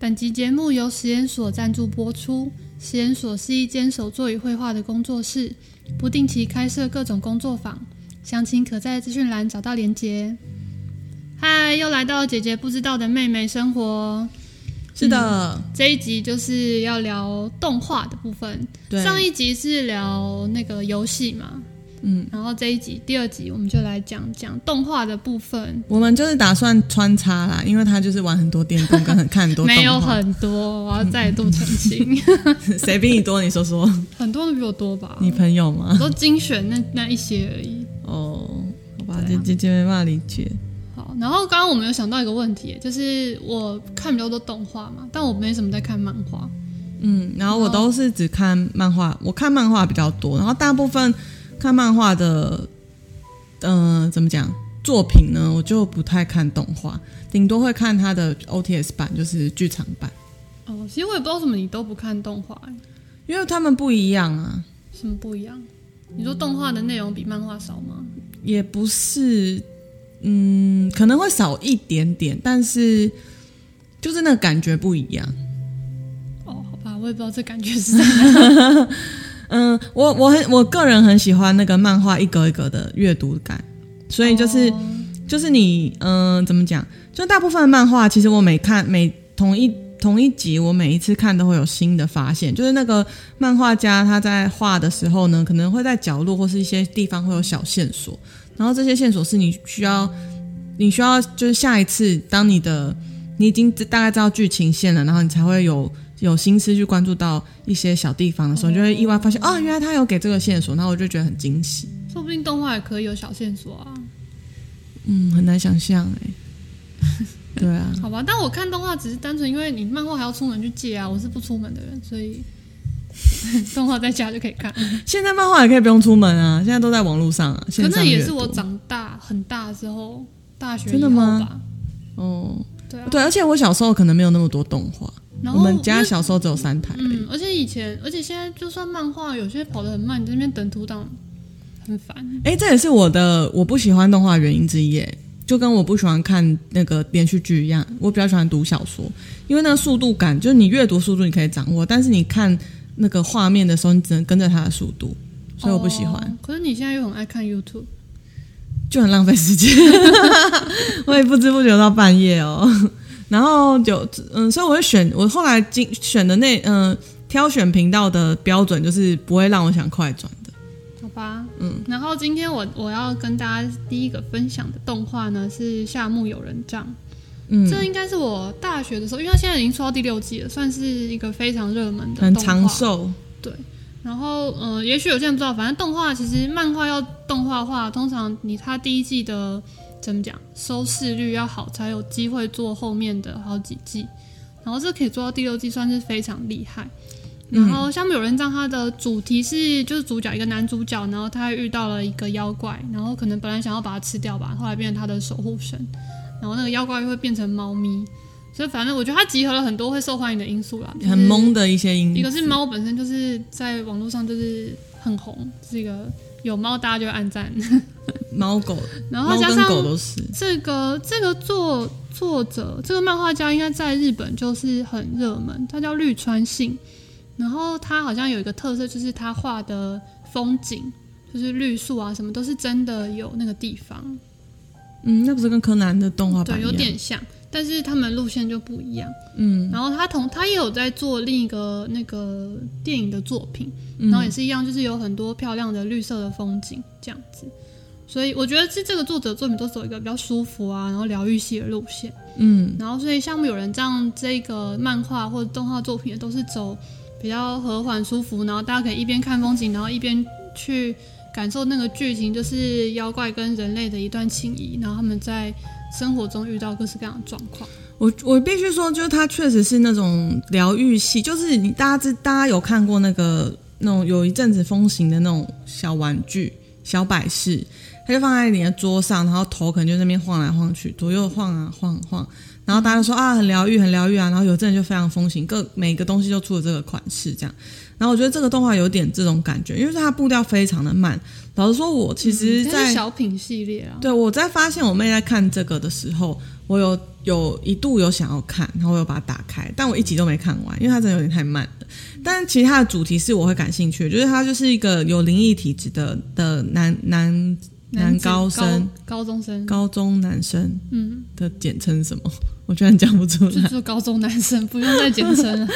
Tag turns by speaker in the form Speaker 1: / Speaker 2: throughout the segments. Speaker 1: 本集节目由实验所赞助播出。实验所是一间手作与绘画的工作室，不定期开设各种工作坊，详情可在资讯栏找到连结。嗨，又来到姐姐不知道的妹妹生活。
Speaker 2: 是的，
Speaker 1: 这一集就是要聊动画的部分。
Speaker 2: 对，
Speaker 1: 上一集是聊那个游戏嘛，
Speaker 2: 嗯，
Speaker 1: 然后这一集第二集我们就来讲讲动画的部分，
Speaker 2: 我们就是打算穿插啦，因为他就是玩很多电动跟很看很多动画
Speaker 1: 没有很多，我要再度澄清，
Speaker 2: 谁比你多，你说说，
Speaker 1: 很多人比我多吧，
Speaker 2: 你朋友
Speaker 1: 我
Speaker 2: 吗？
Speaker 1: 都精选那那一些而已。
Speaker 2: 哦，好吧，
Speaker 1: 对
Speaker 2: 姐
Speaker 1: 啊
Speaker 2: 姐姐没办法理解，
Speaker 1: 好，然后刚刚我们有想到一个问题，就是我看比较多动画嘛，但我没什么在看漫画。
Speaker 2: 嗯，然后我都是只看漫画，我看漫画比较多，然后大部分看漫画的，嗯，怎么讲？作品呢，我就不太看动画，顶多会看它的 OTS 版，就是剧场版，
Speaker 1: 哦，其实我也不知道为什么你都不看动画、欸
Speaker 2: 因为他们不一样啊。
Speaker 1: 什么不一样？你说动画的内容比漫画少吗？
Speaker 2: 也不是，嗯，可能会少一点点，但是就是那个感觉不一样。
Speaker 1: 哦，好吧，我也不知道这感觉是啥。
Speaker 2: 嗯，我我很我个人很喜欢那个漫画一格一格的阅读感，所以就是、
Speaker 1: 哦
Speaker 2: 就是你嗯、怎么讲？就大部分的漫画，其实我每看每同一同一集，我每一次看都会有新的发现。就是那个漫画家他在画的时候呢，可能会在角落或是一些地方会有小线索，然后这些线索是你需要你需要就是下一次当你的你已经大概知道剧情线了，然后你才会有。有心思去关注到一些小地方的时候，你就会意外发现，哦，原来他有给这个线索，然后我就觉得很惊喜。
Speaker 1: 说不定动画也可以有小线索啊，
Speaker 2: 嗯，很难想象哎、 对啊，
Speaker 1: 好吧？但我看动画只是单纯因为你漫画还要出门去借啊，我是不出门的人，所以 动画在家就可以看。
Speaker 2: 现在漫画也可以不用出门啊，现在都在网络上啊。
Speaker 1: 可
Speaker 2: 线
Speaker 1: 那
Speaker 2: 上
Speaker 1: 也
Speaker 2: 阅
Speaker 1: 是
Speaker 2: 读
Speaker 1: 我长大很大之后，大学
Speaker 2: 真的
Speaker 1: 以后
Speaker 2: 吗
Speaker 1: 吧？
Speaker 2: 哦，
Speaker 1: 对啊，
Speaker 2: 对，而且我小时候可能没有那么多动画，
Speaker 1: 然
Speaker 2: 我
Speaker 1: 后
Speaker 2: 们
Speaker 1: 因
Speaker 2: 家
Speaker 1: 为
Speaker 2: 小时候只有三台而已。
Speaker 1: 嗯，而且以前，而且现在就算漫画有些跑得很慢，你在那边等图档很烦。
Speaker 2: 哎、这也是我的我不喜欢动画的原因之一耶，就跟我不喜欢看那个连续剧一样，我比较喜欢读小说，因为那个速度感，就是你阅读速度你可以掌握，但是你看那个画面的时候，你只能跟着它的速度，所以我不喜欢，
Speaker 1: 哦可是你现在又很爱看 YouTube，
Speaker 2: 就很浪费时间。 我也不知不觉到半夜哦，然后就嗯，所以我会选我后来进选的那嗯、挑选频道的标准就是不会让我想快转的，
Speaker 1: 好吧？
Speaker 2: 嗯，
Speaker 1: 然后今天我我要跟大家第一个分享的动画呢是《夏目友人帐》，
Speaker 2: 嗯，
Speaker 1: 这应该是我大学的时候，因为它现在已经出到第六季了，算是一个非常热门的
Speaker 2: 很
Speaker 1: 动画
Speaker 2: 长寿。
Speaker 1: 然后，呃，也许有些人不知道，反正动画其实漫画要动画化，通常你它第一季的怎么讲，收视率要好，才有机会做后面的好几季。然后这可以做到第六季，算是非常厉害。然后下面有人让他的主题是就是主角一个男主角，然后他遇到了一个妖怪，然后可能本来想要把它吃掉吧，后来变成他的守护神，然后那个妖怪又会变成猫咪，所以反正我觉得它集合了很多会受欢迎的因素啦，就是
Speaker 2: 很懵的一些音，
Speaker 1: 嗯一个是猫本身就是在网络上就是很红，是一个有猫大家就会按赞，
Speaker 2: 猫狗，
Speaker 1: 然后
Speaker 2: 猫
Speaker 1: 加
Speaker 2: 跟
Speaker 1: 上
Speaker 2: 狗都是。
Speaker 1: 这个这个作作者这个漫画家应该在日本就是很热门，他叫绿川信，然后他好像有一个特色就是他画的风景。就是绿树啊，什么都是真的有那个地方，
Speaker 2: 嗯，那不是跟柯南的动画版
Speaker 1: 对，
Speaker 2: 一
Speaker 1: 有
Speaker 2: 样？
Speaker 1: 点像，但是他们路线就不一样。
Speaker 2: 嗯，
Speaker 1: 然后他同他也有在做另一个那个电影的作品，
Speaker 2: 嗯，
Speaker 1: 然后也是一样，就是有很多漂亮的绿色的风景这样子。所以我觉得是这个作者的作品都走一个比较舒服啊，然后疗愈系的路线。
Speaker 2: 嗯
Speaker 1: 然后所以项目有人这样，这个漫画或者动画作品也都是走比较和缓舒服，然后大家可以一边看风景，然后一边去感受那个剧情，就是妖怪跟人类的一段情谊，然后他们在生活中遇到各式各样的状况。
Speaker 2: 我我必须说，就是它确实是那种疗愈系，就是你大家知大家有看过那个那种有一阵子风行的那种小玩具、小摆饰，它就放在你的桌上，然后头可能就在那边晃来晃去，左右晃啊晃晃，然后大家就说啊很疗愈很疗愈啊，然后有阵子就非常风行，各每个东西都出了这个款式这样。然后我觉得这个动画有点这种感觉，因为它步调非常的慢。老实说，我其实
Speaker 1: 嗯它
Speaker 2: 在、
Speaker 1: 是小品系列啊，
Speaker 2: 对，我在发现我妹在看这个的时候，我有有一度有想要看，然后我有把它打开，但我一集都没看完，因为它真的有点太慢了。但其实它的主题是我会感兴趣的，就是它就是一个有灵异体质的的男男男
Speaker 1: 子
Speaker 2: 高生、
Speaker 1: 高中生，
Speaker 2: 高中男生
Speaker 1: 嗯，
Speaker 2: 的简称是什么？我居然讲不出
Speaker 1: 就
Speaker 2: 来。
Speaker 1: 做高中男生，不用再简称 了。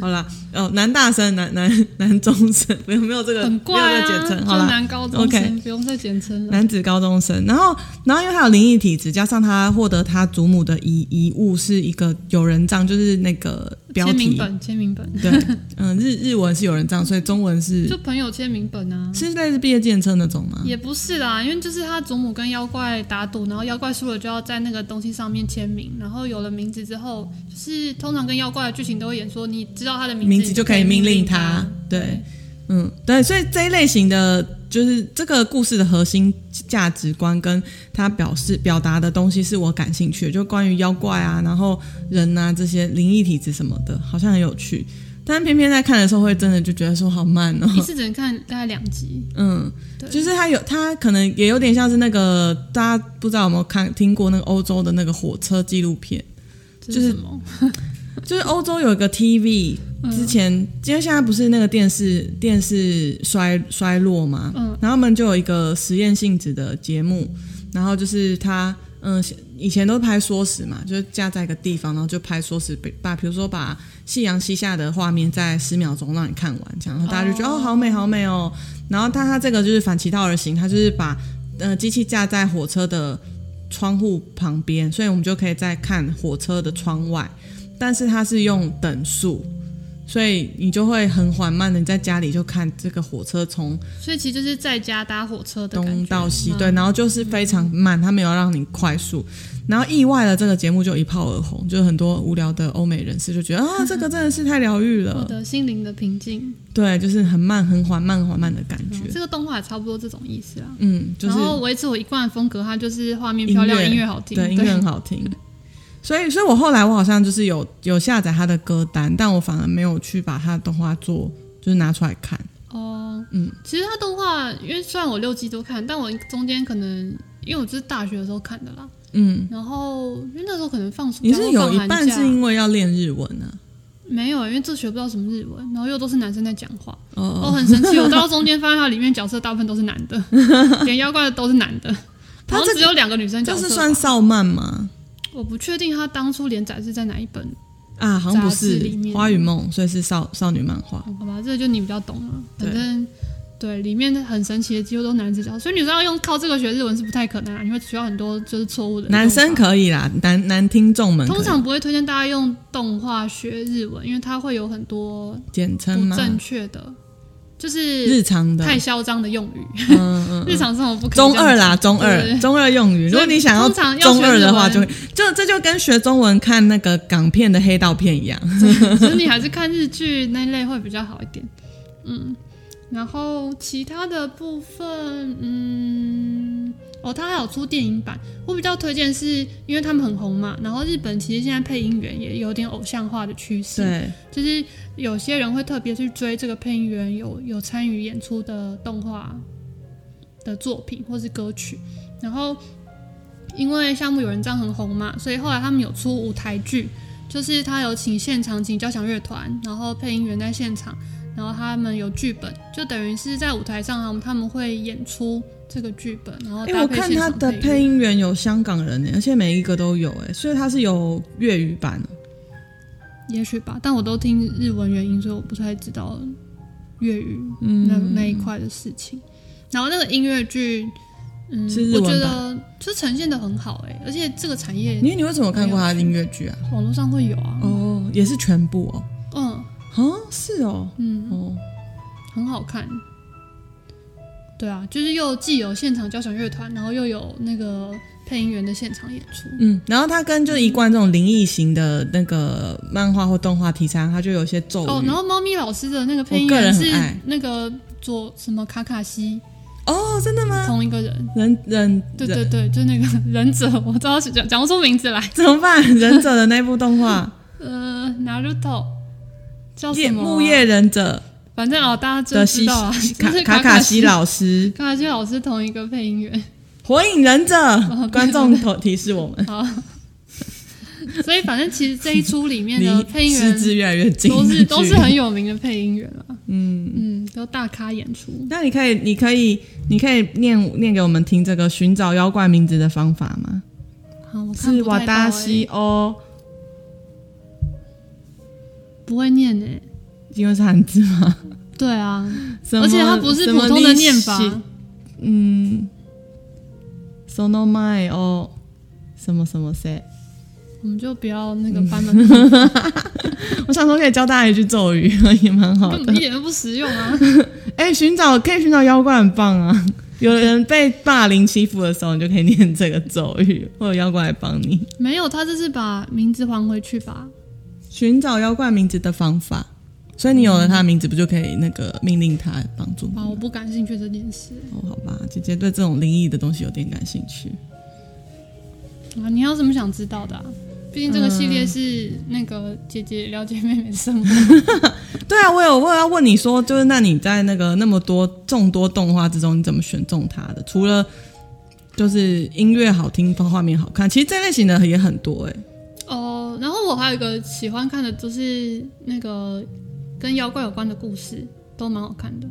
Speaker 2: 好啦，哦，男大生、男男男中生，没有没有这个
Speaker 1: 很怪啊，
Speaker 2: 没有这个简称。好
Speaker 1: 就
Speaker 2: 啦，
Speaker 1: 男高中生
Speaker 2: OK
Speaker 1: 不用再简称了。
Speaker 2: 男子高中生，然后，然后因为他有灵异体质，加上他获得他祖母的遗遗物是一个有人帐，就是那个标
Speaker 1: 签名
Speaker 2: 题，
Speaker 1: 本，签名本，
Speaker 2: 对，嗯，日日文是有人帐，所以中文是
Speaker 1: 就朋友签名本啊。
Speaker 2: 是类似毕业纪念册那种吗？
Speaker 1: 也不是啦，因为就是他祖母跟妖怪打赌，然后妖怪输了就要在那个东西上面签名，然后有了名字之后，就是通常跟妖怪的剧情都会演说，你知道他的名字，
Speaker 2: 名字就可以
Speaker 1: 你
Speaker 2: 命令
Speaker 1: 他
Speaker 2: 他。，对，嗯，对，所以这一类型的就是这个故事的核心价值观跟他表示表达的东西是我感兴趣的，就关于妖怪啊，然后人啊这些灵异体质什么的，好像很有趣。但偏偏在看的时候，会真的就觉得说好慢 哦，
Speaker 1: 一次只能看大概两集，
Speaker 2: 嗯
Speaker 1: 对，
Speaker 2: 就是他有他可能也有点像是那个大家不知道有没有看听过那个欧洲的那个火车纪录片，
Speaker 1: 这
Speaker 2: 就是
Speaker 1: 是什么？
Speaker 2: 就是欧洲有一个 TV，之
Speaker 1: 嗯
Speaker 2: 前因为现在不是那个电视电视衰衰落嘛，
Speaker 1: 嗯
Speaker 2: 然后他们就有一个实验性质的节目，然后就是他嗯以前都拍缩时嘛，就是架在一个地方，然后就拍缩时，把比如说把夕阳西下的画面在十秒钟让你看完，这样，然后大家就觉得
Speaker 1: 哦
Speaker 2: 哦好美好美哦，然后但他这个就是反其道而行，他就是把呃机器架在火车的窗户旁边，所以我们就可以在看火车的窗外，但是它是用等速。所以你就会很缓慢的，你在家里就看这个火车从
Speaker 1: 所以其实就是在家搭火车的感
Speaker 2: 东
Speaker 1: 觉
Speaker 2: 到西，
Speaker 1: 嗯
Speaker 2: 对，然后就是非常慢，它没有让你快速。然后意外的这个节目就一炮而红，就是很多无聊的欧美人士就觉得啊，这个真的是太疗愈
Speaker 1: 获
Speaker 2: 了，
Speaker 1: 得心灵的平静。
Speaker 2: 对，就是很慢、很缓慢、缓慢的感觉
Speaker 1: 嗯，这个动画也差不多这种意思啦。
Speaker 2: 嗯，就是
Speaker 1: 然后维持我一贯的风格，它就是画面漂亮，
Speaker 2: 音乐
Speaker 1: 音乐好听，
Speaker 2: 对，音乐很好听。所以，所以我后来我好像就是有有下载他的歌单，但我反而没有去把他的动画做，就是拿出来看。
Speaker 1: 哦，嗯
Speaker 2: 嗯，
Speaker 1: 其实它动画，因为虽然我六季都看，但我中间可能因为我就是大学的时候看的啦，
Speaker 2: 嗯，
Speaker 1: 然后因为那时候可能放暑假
Speaker 2: 你是有
Speaker 1: 或放
Speaker 2: 一
Speaker 1: 寒
Speaker 2: 半
Speaker 1: 假
Speaker 2: 是因为要练日文啊？
Speaker 1: 没有，因为这学不到什么日文，然后又都是男生在讲话，我、
Speaker 2: 哦，
Speaker 1: 很生气。我到中间发现它里面角色大部分都是男 的，连妖怪都是男的，
Speaker 2: 它
Speaker 1: 好像
Speaker 2: 这个
Speaker 1: 只有两个女生角
Speaker 2: 这
Speaker 1: 色吧。
Speaker 2: 是算少漫吗？
Speaker 1: 我不确定他当初连载是在哪一本，
Speaker 2: 啊，好像不
Speaker 1: 杂志
Speaker 2: 是
Speaker 1: 里面
Speaker 2: 《花与梦》，所以是少少女漫画。
Speaker 1: 哦好吧，这个就你比较懂了。
Speaker 2: 对
Speaker 1: 反正对里面很神奇的几乎都男子角，所以女生要用靠这个学日文是不太可能、啊，你会学到很多就是错误的用法。
Speaker 2: 男生可以啦，男男听众们可以
Speaker 1: 通常不会推荐大家用动画学日文，因为它会有很多
Speaker 2: 简称
Speaker 1: 不
Speaker 2: 吗？
Speaker 1: 正确的，就是
Speaker 2: 日常的，
Speaker 1: 太嚣张的用语。
Speaker 2: 嗯 嗯，
Speaker 1: 日常生活不可以
Speaker 2: 中
Speaker 1: 这样
Speaker 2: 二
Speaker 1: 讲
Speaker 2: 啦，中
Speaker 1: 对对
Speaker 2: 二
Speaker 1: 对
Speaker 2: 中二用语。如果你想要
Speaker 1: 通常要
Speaker 2: 中二的话，
Speaker 1: 学日
Speaker 2: 就
Speaker 1: 文
Speaker 2: 会就这就跟学中文看那个港片的黑道片一样。
Speaker 1: 所以你还是看日剧那一类会比较好一点。嗯，然后其他的部分，嗯，哦，它还有出电影版，我比较推荐是因为他们很红嘛，然后日本其实现在配音员也有点偶像化的趋势，
Speaker 2: 对，
Speaker 1: 就是有些人会特别去追这个配音员有有参与演出的动画的作品或是歌曲，然后因为项目有人这样很红嘛，所以后来他们有出舞台剧，就是他有请现场请交响乐团，然后配音员在现场，然后他们有剧本，就等于是在舞台上他们他们会演出这个剧本，然后哦
Speaker 2: 因为
Speaker 1: 搭
Speaker 2: 我
Speaker 1: 配
Speaker 2: 看
Speaker 1: 现
Speaker 2: 他
Speaker 1: 场
Speaker 2: 的
Speaker 1: 配
Speaker 2: 配
Speaker 1: 乐。
Speaker 2: 音员有香港人呢，而且每一个都有哎，所以他是有粤语版的。
Speaker 1: 也许吧，但我都听日文原音，所以我不太知道粤语
Speaker 2: 嗯
Speaker 1: 那、那一块的事情。然后那个音乐剧，嗯，
Speaker 2: 是日
Speaker 1: 我
Speaker 2: 文
Speaker 1: 觉
Speaker 2: 版
Speaker 1: 得就呈现的很好哎、而且这个产业
Speaker 2: 你你为什么看过他的音乐剧啊？
Speaker 1: 网络上会有啊，
Speaker 2: 哦，也是全部哦。
Speaker 1: 嗯
Speaker 2: 啊，是哦，
Speaker 1: 嗯，
Speaker 2: 哦，
Speaker 1: 很好看。对啊，就是又既有现场交响乐团，然后又有那个配音员的现场演出。
Speaker 2: 嗯，然后他跟就一贯这种灵异型的那个漫画或动画题材，他就有一些咒语。
Speaker 1: 哦，然后猫咪老师的那个配音
Speaker 2: 嗯我个
Speaker 1: 员
Speaker 2: 人很
Speaker 1: 是
Speaker 2: 爱
Speaker 1: 那个佐什么卡卡西，
Speaker 2: 哦真的吗？
Speaker 1: 同一个人。
Speaker 2: 忍忍
Speaker 1: 嗯对对对，就那个忍者，我知道是讲讲不出名字来。
Speaker 2: 怎么办？ 忍者的那部 动画
Speaker 1: 呃，Naruto 叫
Speaker 2: 夜
Speaker 1: 什么啊、
Speaker 2: 木叶忍者
Speaker 1: 反正哦，大家
Speaker 2: 的
Speaker 1: 就知
Speaker 2: 西
Speaker 1: 道啊，
Speaker 2: 卡
Speaker 1: 就是
Speaker 2: 卡
Speaker 1: 卡
Speaker 2: 卡西，老师，
Speaker 1: 卡卡西老师同一个配音员。
Speaker 2: 火影忍者
Speaker 1: 哦对，
Speaker 2: 观众投提示我们，
Speaker 1: 好，所以反正其实这一出里面的
Speaker 2: 离
Speaker 1: 配音
Speaker 2: 失
Speaker 1: 员
Speaker 2: 之越来越近，
Speaker 1: 都是都是
Speaker 2: 很。
Speaker 1: 很有名的配音员啊，
Speaker 2: 嗯
Speaker 1: 嗯，都大咖演出。
Speaker 2: 那你可以，你可以，你可以念念给我们听这个寻找妖怪名字的方法吗？
Speaker 1: 好，我看
Speaker 2: 是
Speaker 1: 不
Speaker 2: 瓦
Speaker 1: 太到欸
Speaker 2: 达西哦欧，
Speaker 1: 哎不会念诶、
Speaker 2: 因为是汉字吗？
Speaker 1: 对啊，
Speaker 2: 什么
Speaker 1: 而且它不是普通的念法，
Speaker 2: 什么利息嗯，sonomai 哦，什么什么谁？
Speaker 1: 我们就不要那个班
Speaker 2: 嗯
Speaker 1: 门，
Speaker 2: 我想说可以教大家一句咒语， 也蛮好
Speaker 1: 根
Speaker 2: 的
Speaker 1: 本一。点都不实用啊。
Speaker 2: 哎、寻找可以寻找妖怪，很棒啊！有人被霸凌欺负的时候，你就可以念这个咒语， 会有妖怪来帮你
Speaker 1: 没有，他这是把名字还回去吧？
Speaker 2: 寻找妖怪名字的方法。所以你有了他的名字，不就可以那个命令他帮助你
Speaker 1: 啊，我不感兴趣这件事、
Speaker 2: 哦，好吧，姐姐对这种灵异的东西有点感兴趣。
Speaker 1: 啊。你还有什么想知道的、啊？毕竟这个系
Speaker 2: 嗯
Speaker 1: 列是那个姐姐了解妹妹的生活，
Speaker 2: 对啊，我有我有要问你说，就是那你在那个那么多众多动画之中，你怎么选中它的？除了就是音乐好听、画面好看，其实这类型的也很多哎、
Speaker 1: 哦，然后我还有一个喜欢看的，就是那个跟妖怪有关的故事，都蛮好看的。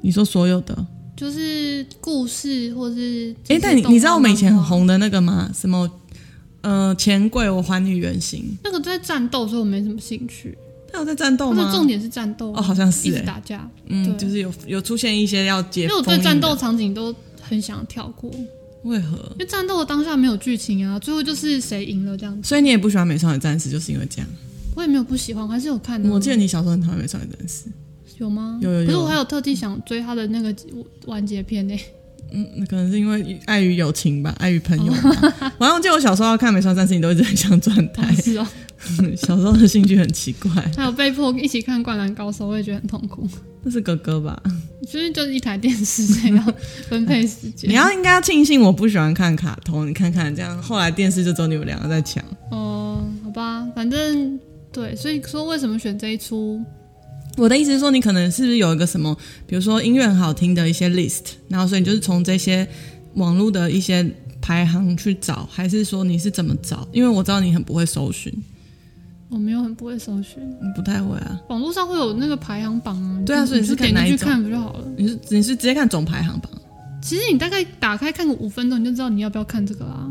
Speaker 2: 你说所有的，
Speaker 1: 就是故事或是
Speaker 2: 哎、但你你知道我们以前很
Speaker 1: 红
Speaker 2: 红的那个吗？什么？呃，钱柜我还你原形，
Speaker 1: 那个在战斗，所以我没什么兴趣。
Speaker 2: 他有在战斗
Speaker 1: 或
Speaker 2: 哦吗
Speaker 1: 者？重点是战斗
Speaker 2: 哦，好像是
Speaker 1: 一
Speaker 2: 哎、
Speaker 1: 直打架，
Speaker 2: 嗯，
Speaker 1: 对
Speaker 2: 就是有有出现一些要解
Speaker 1: 因为我
Speaker 2: 封
Speaker 1: 对
Speaker 2: 印
Speaker 1: 战斗
Speaker 2: 的，
Speaker 1: 场景都很想跳过，因
Speaker 2: 为何？
Speaker 1: 为战斗的当下没有剧情啊，最后就是谁赢了这样子。
Speaker 2: 所以你也不喜欢美少女战士，就是因为这样。
Speaker 1: 我也没有不喜欢，我还是有看的。
Speaker 2: 我记得你小时候很讨厌美少女战士，
Speaker 1: 有吗？
Speaker 2: 有有有
Speaker 1: 可是我还有特地想追他的那个完结篇 呢、
Speaker 2: 嗯，那可能是因为碍于友情吧，碍于朋友吧。我好像记得我小时候要看《美少女战士》，你都一直很想转台
Speaker 1: 还。是哦，
Speaker 2: 小时候的兴趣很奇怪，
Speaker 1: 还有被迫一起看《灌篮高手》，我也觉得很痛苦。
Speaker 2: 那是哥哥吧？
Speaker 1: 就是就是一台电视这样分配时间。
Speaker 2: 你要应该要庆幸我不喜欢看卡通，你看看这样，后来电视就只有你们两个在抢。
Speaker 1: 哦、好吧，反正对，所以说为什么选这一出？
Speaker 2: 我的意思是说，你可能是不是有一个什么，比如说音乐很好听的一些 list，然后所以你就是从这些网络的一些排行去找，还是说你是怎么找？因为我知道你很不会搜寻，
Speaker 1: 我没有很不会搜寻，
Speaker 2: 你不太会啊。
Speaker 1: 网络上会有那个排行榜啊。
Speaker 2: 对啊
Speaker 1: 就
Speaker 2: 所以你是
Speaker 1: 就点
Speaker 2: 看哪
Speaker 1: 进
Speaker 2: 一
Speaker 1: 去
Speaker 2: 种
Speaker 1: 看不就好了？
Speaker 2: 你是你是直接看总排行榜？
Speaker 1: 其实你大概打开看个五分钟，你就知道你要不要看这个啊啦。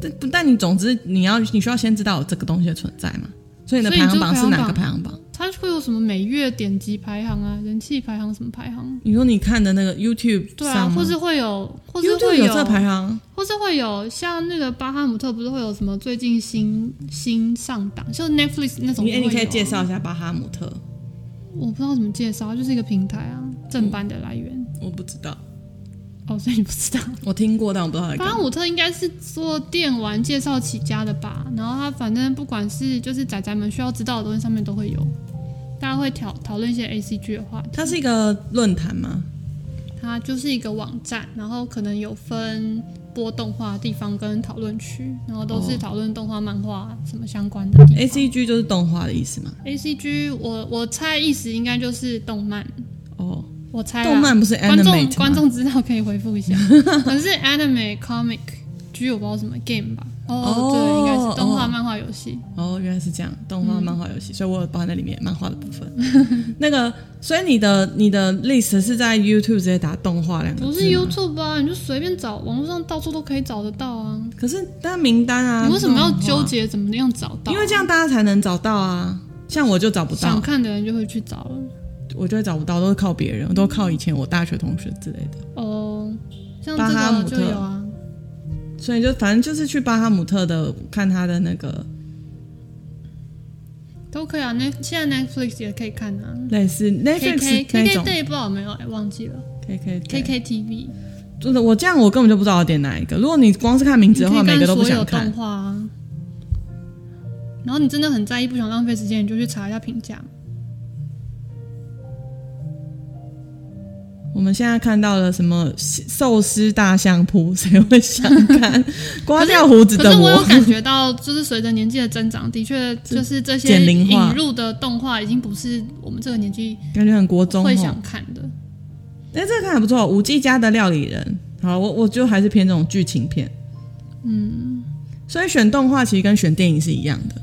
Speaker 2: 但不但你总之你要你需要先知道有这个东西的存在嘛，所以你的
Speaker 1: 所以
Speaker 2: 排
Speaker 1: 你
Speaker 2: 行
Speaker 1: 就
Speaker 2: 榜是
Speaker 1: 排行
Speaker 2: 哪个
Speaker 1: 榜
Speaker 2: 排行榜？
Speaker 1: 它会有什么每月点击排行啊、人气排行什么排行？
Speaker 2: 你说你看的那个 YouTube
Speaker 1: 对
Speaker 2: 上
Speaker 1: 啊，
Speaker 2: 吗
Speaker 1: 或是会有，或是
Speaker 2: YouTube
Speaker 1: 会
Speaker 2: 有这个排行，
Speaker 1: 或是会有像那个巴哈姆特，不是会有什么最近新新上档，像 Netflix 那种。
Speaker 2: 你哎你可以介，绍一下巴哈姆特，
Speaker 1: 啊我不知道怎么介绍，它就是一个平台啊，正版的来源。
Speaker 2: 我不知道，
Speaker 1: 哦，所以你不 知道。
Speaker 2: 我听过但我不知道在
Speaker 1: 巴
Speaker 2: 干
Speaker 1: 哈
Speaker 2: 嘛。
Speaker 1: 姆特应该是做电玩介绍起家的吧，然后他反正不管是就是仔仔们需要知道的东西上面都会有，大家会讨讨论一些 A C G 的话题。
Speaker 2: 它是一个论坛吗？
Speaker 1: 它就是一个网站，然后可能有分播动画的地方跟讨论区，然后都是
Speaker 2: 哦
Speaker 1: 讨论动画、漫画啊什么相关的地方。
Speaker 2: A C G 就是动画的意思嘛。
Speaker 1: A C G，我我猜意思应该就是动漫，
Speaker 2: 哦，
Speaker 1: 我猜啦
Speaker 2: 动漫不是
Speaker 1: 啊观众
Speaker 2: animate 吗
Speaker 1: 观众知道可以回复一 下，可是 anime comic G 我不知道什么 game 吧？
Speaker 2: 哦
Speaker 1: 哦，对，应该是动画、
Speaker 2: 哦
Speaker 1: 漫画、游戏。
Speaker 2: 哦，原来是这样，动
Speaker 1: 嗯
Speaker 2: 画、漫画、游戏，所以我有包含在里面漫画的部分。 那个，所以你的你的 list 是在 YouTube 直接打动画两个字吗，
Speaker 1: 不是 YouTube 啊，你就随便找，网络上到处都可以找得到啊。
Speaker 2: 可是但名单啊，
Speaker 1: 你为什么要
Speaker 2: 这种
Speaker 1: 纠
Speaker 2: 话？
Speaker 1: 结怎么样找到？
Speaker 2: 因为这样大家才能找到啊。像我就找不
Speaker 1: 想
Speaker 2: 到，
Speaker 1: 看的人就会去找了。
Speaker 2: 我就会找不到，都是靠别人，都靠以前我大学同学之类的。
Speaker 1: 哦，像
Speaker 2: 巴哈姆
Speaker 1: 这个
Speaker 2: 特
Speaker 1: 就有啊。
Speaker 2: 所以就反正就是去巴哈姆特的看他的那个
Speaker 1: 都可以啊，那现在 Netflix 也可以看啊
Speaker 2: 类似
Speaker 1: ，K
Speaker 2: Netflix
Speaker 1: K K
Speaker 2: 那
Speaker 1: K
Speaker 2: 种
Speaker 1: Day 不知道有没有，哎，忘记了
Speaker 2: K K
Speaker 1: ，K K T V。
Speaker 2: 就是我这样我根本就不知道要点哪一个。如果你光是看名
Speaker 1: 你
Speaker 2: 字
Speaker 1: 可以
Speaker 2: 的话，每个都不
Speaker 1: 所
Speaker 2: 想
Speaker 1: 有动
Speaker 2: 看。
Speaker 1: 画啊。然后你真的很在意，不想浪费时间，你就去查一下评价。
Speaker 2: 我们现在看到了什么寿司大相扑，谁会想 看？刮掉胡子
Speaker 1: 可
Speaker 2: 的
Speaker 1: 是我有
Speaker 2: 我，
Speaker 1: 感觉到，就是随着年纪的增长，的 确就是这些
Speaker 2: 减龄化
Speaker 1: 引入的动画已经不是我们这个年纪
Speaker 2: 感觉很国中
Speaker 1: 会
Speaker 2: 哦。
Speaker 1: 想看的。
Speaker 2: 哎、这个看还不错，五 G 家的料理人。好，我我就还是偏这种剧情片。嗯，所以选动画其实跟选电影是一样的。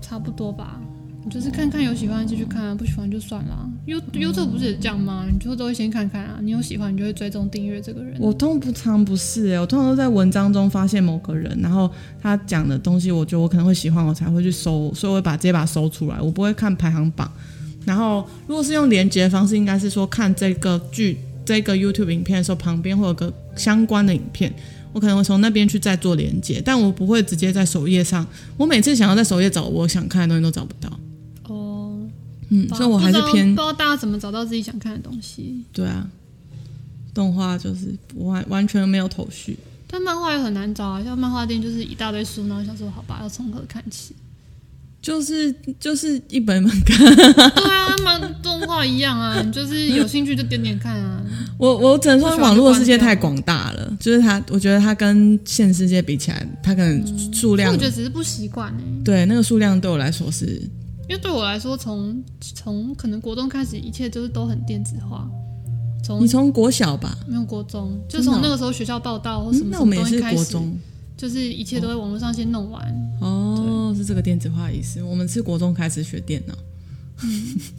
Speaker 1: 差不多吧。你就是看看有喜欢继续看、啊，不喜欢就算了、啊。优
Speaker 2: 嗯
Speaker 1: 优特不是也这样吗？你就都会先看看啊，你有喜欢你就会追踪订阅这个人。
Speaker 2: 我通常不是、欸，我通常都在文章中发现某个人，然后他讲的东西，我觉得我可能会喜欢，我才会去搜，所以我会把这把它搜出来，我不会看排行榜。然后如果是用连接的方式，应该是说看这个剧、这个 YouTube 影片的时候，旁边会有个相关的影片，我可能会从那边去再做连接，但我不会直接在首页上。我每次想要在首页找我想看的东西都找不到，
Speaker 1: 哦，
Speaker 2: 嗯，所以我还是
Speaker 1: 不知道
Speaker 2: 偏
Speaker 1: 不知道大家怎么找到自己想看的东西。
Speaker 2: 对啊，动画就是完完全没有头绪。
Speaker 1: 但漫画也很难找啊，像漫画店就是一大堆书，然后想说好吧，要从何看起？
Speaker 2: 就是就是一本一本看，
Speaker 1: 对啊，漫动画一样啊，你就是有兴趣就点点看啊。
Speaker 2: 我我只能说网络世界太广大了，就是它，我觉得它跟现实世界比起来，它可能数
Speaker 1: 但嗯
Speaker 2: 量、
Speaker 1: 我觉得只是不习惯哎，
Speaker 2: 对那个数量对我来说是
Speaker 1: 因为对我来说，从从可能国中开始，一切就是都很电子化。从
Speaker 2: 你从国小吧，
Speaker 1: 没有国中，就
Speaker 2: 真的哦
Speaker 1: 从那个时候学校报道或什
Speaker 2: 嗯
Speaker 1: 么
Speaker 2: 那
Speaker 1: 什
Speaker 2: 我
Speaker 1: 么
Speaker 2: 们也
Speaker 1: 东西
Speaker 2: 是
Speaker 1: 开
Speaker 2: 国
Speaker 1: 始，
Speaker 2: 中
Speaker 1: 就是一切都在网络上先弄完。
Speaker 2: 哦，是这个电子化的意思。我们是国中开始学电脑，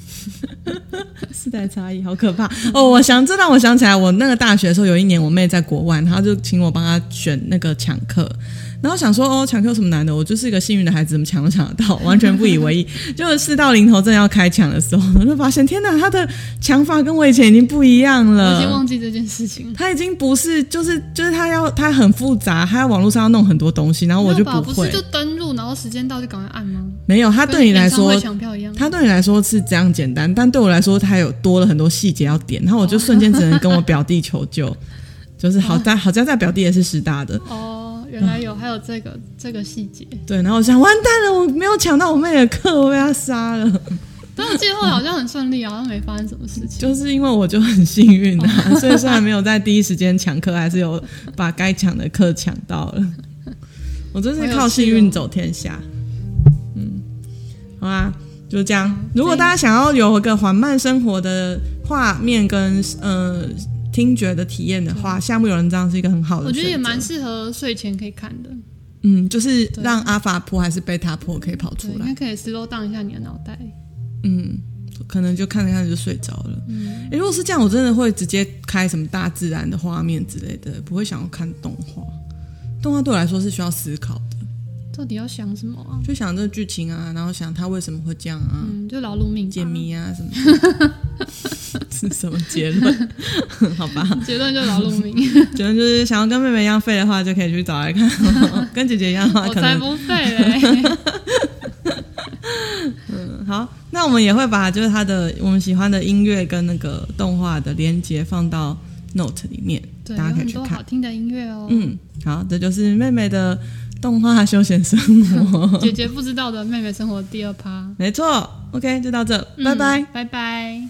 Speaker 2: 世嗯代差异好可怕哦！我想这让我想起来，我那个大学的时候，有一年我妹在国外，然后就请我帮她选那个抢课，然后想说哦，抢课有什么难的？我就是一个幸运的孩子，怎么抢都抢得到， 完全不以为意。就是事到临头正要开抢的时候，我就发现天哪，她的抢法跟我以前已经不一样了。
Speaker 1: 我已经忘记这件事情了。
Speaker 2: 他已经不是，就是就是他要他很复杂，他要网络上要弄很多东西，然后哦我就
Speaker 1: 没有吧不
Speaker 2: 会
Speaker 1: 是。就登录，然后时间到就赶快按吗？
Speaker 2: 没有，他
Speaker 1: 他
Speaker 2: 对你来说，
Speaker 1: 抢票一样。
Speaker 2: 他对你来说是这样简单，但对我来说，他有多了很多细节要点，然后我就瞬间只能跟我表弟求救。就是好在好在在表弟也是师大的，
Speaker 1: 哦，原来有，还有这个这个细节。
Speaker 2: 对，然后我想完蛋了，我没有抢到我妹的课，我被他杀了，
Speaker 1: 但我记得后来好像很顺利啊，好像没发生什么事情。
Speaker 2: 就是因为我就很幸运啊，
Speaker 1: 哦
Speaker 2: 所以虽然没有在第一时间抢课，还是有把该抢的课抢到 了。我真是靠幸运走天下。嗯，好啊，就这样。
Speaker 1: 嗯
Speaker 2: 如果大家想要有一个缓慢生活的画面跟呃听觉的体验的话，夏目友人帐是一个很好的
Speaker 1: 我觉得也
Speaker 2: 选择
Speaker 1: 蛮适合睡前可以看的，
Speaker 2: 嗯，就是让阿法波还是贝塔波可以跑
Speaker 1: 对，
Speaker 2: 出
Speaker 1: 应
Speaker 2: 来
Speaker 1: 该。可以 slow down 一下你的脑袋。
Speaker 2: 嗯，可能就看着看着就睡着了。嗯、如果是这样，我真的会直接开什么大自然的画面之类的，不会想要看动画。动画对我来说是需要思考的，
Speaker 1: 到底要想什么啊？
Speaker 2: 就想这个剧情啊，然后想他为什么会这样啊，
Speaker 1: 嗯，就劳碌命吧
Speaker 2: 解，谜啊什么 的，是什么结论？ 好吧，
Speaker 1: 结论就劳碌命。
Speaker 2: 结论就是想要跟妹妹一样废的话，就可以去找来看 哦；跟姐姐一样的话，
Speaker 1: 我
Speaker 2: 可
Speaker 1: 才
Speaker 2: 能
Speaker 1: 不废嘞！
Speaker 2: 好，那我们也会把就是他的我们喜欢的音乐跟那个动画的连接放到 Note 里面，
Speaker 1: 对，有
Speaker 2: 大家可以
Speaker 1: 很
Speaker 2: 去
Speaker 1: 多
Speaker 2: 看
Speaker 1: 好。听的音乐哦。
Speaker 2: 嗯，好，这就是妹妹的动画休闲生活。
Speaker 1: 姐姐不知道的妹妹生活第二趴，
Speaker 2: 没错，OK，就到这，拜拜。
Speaker 1: 嗯，拜拜。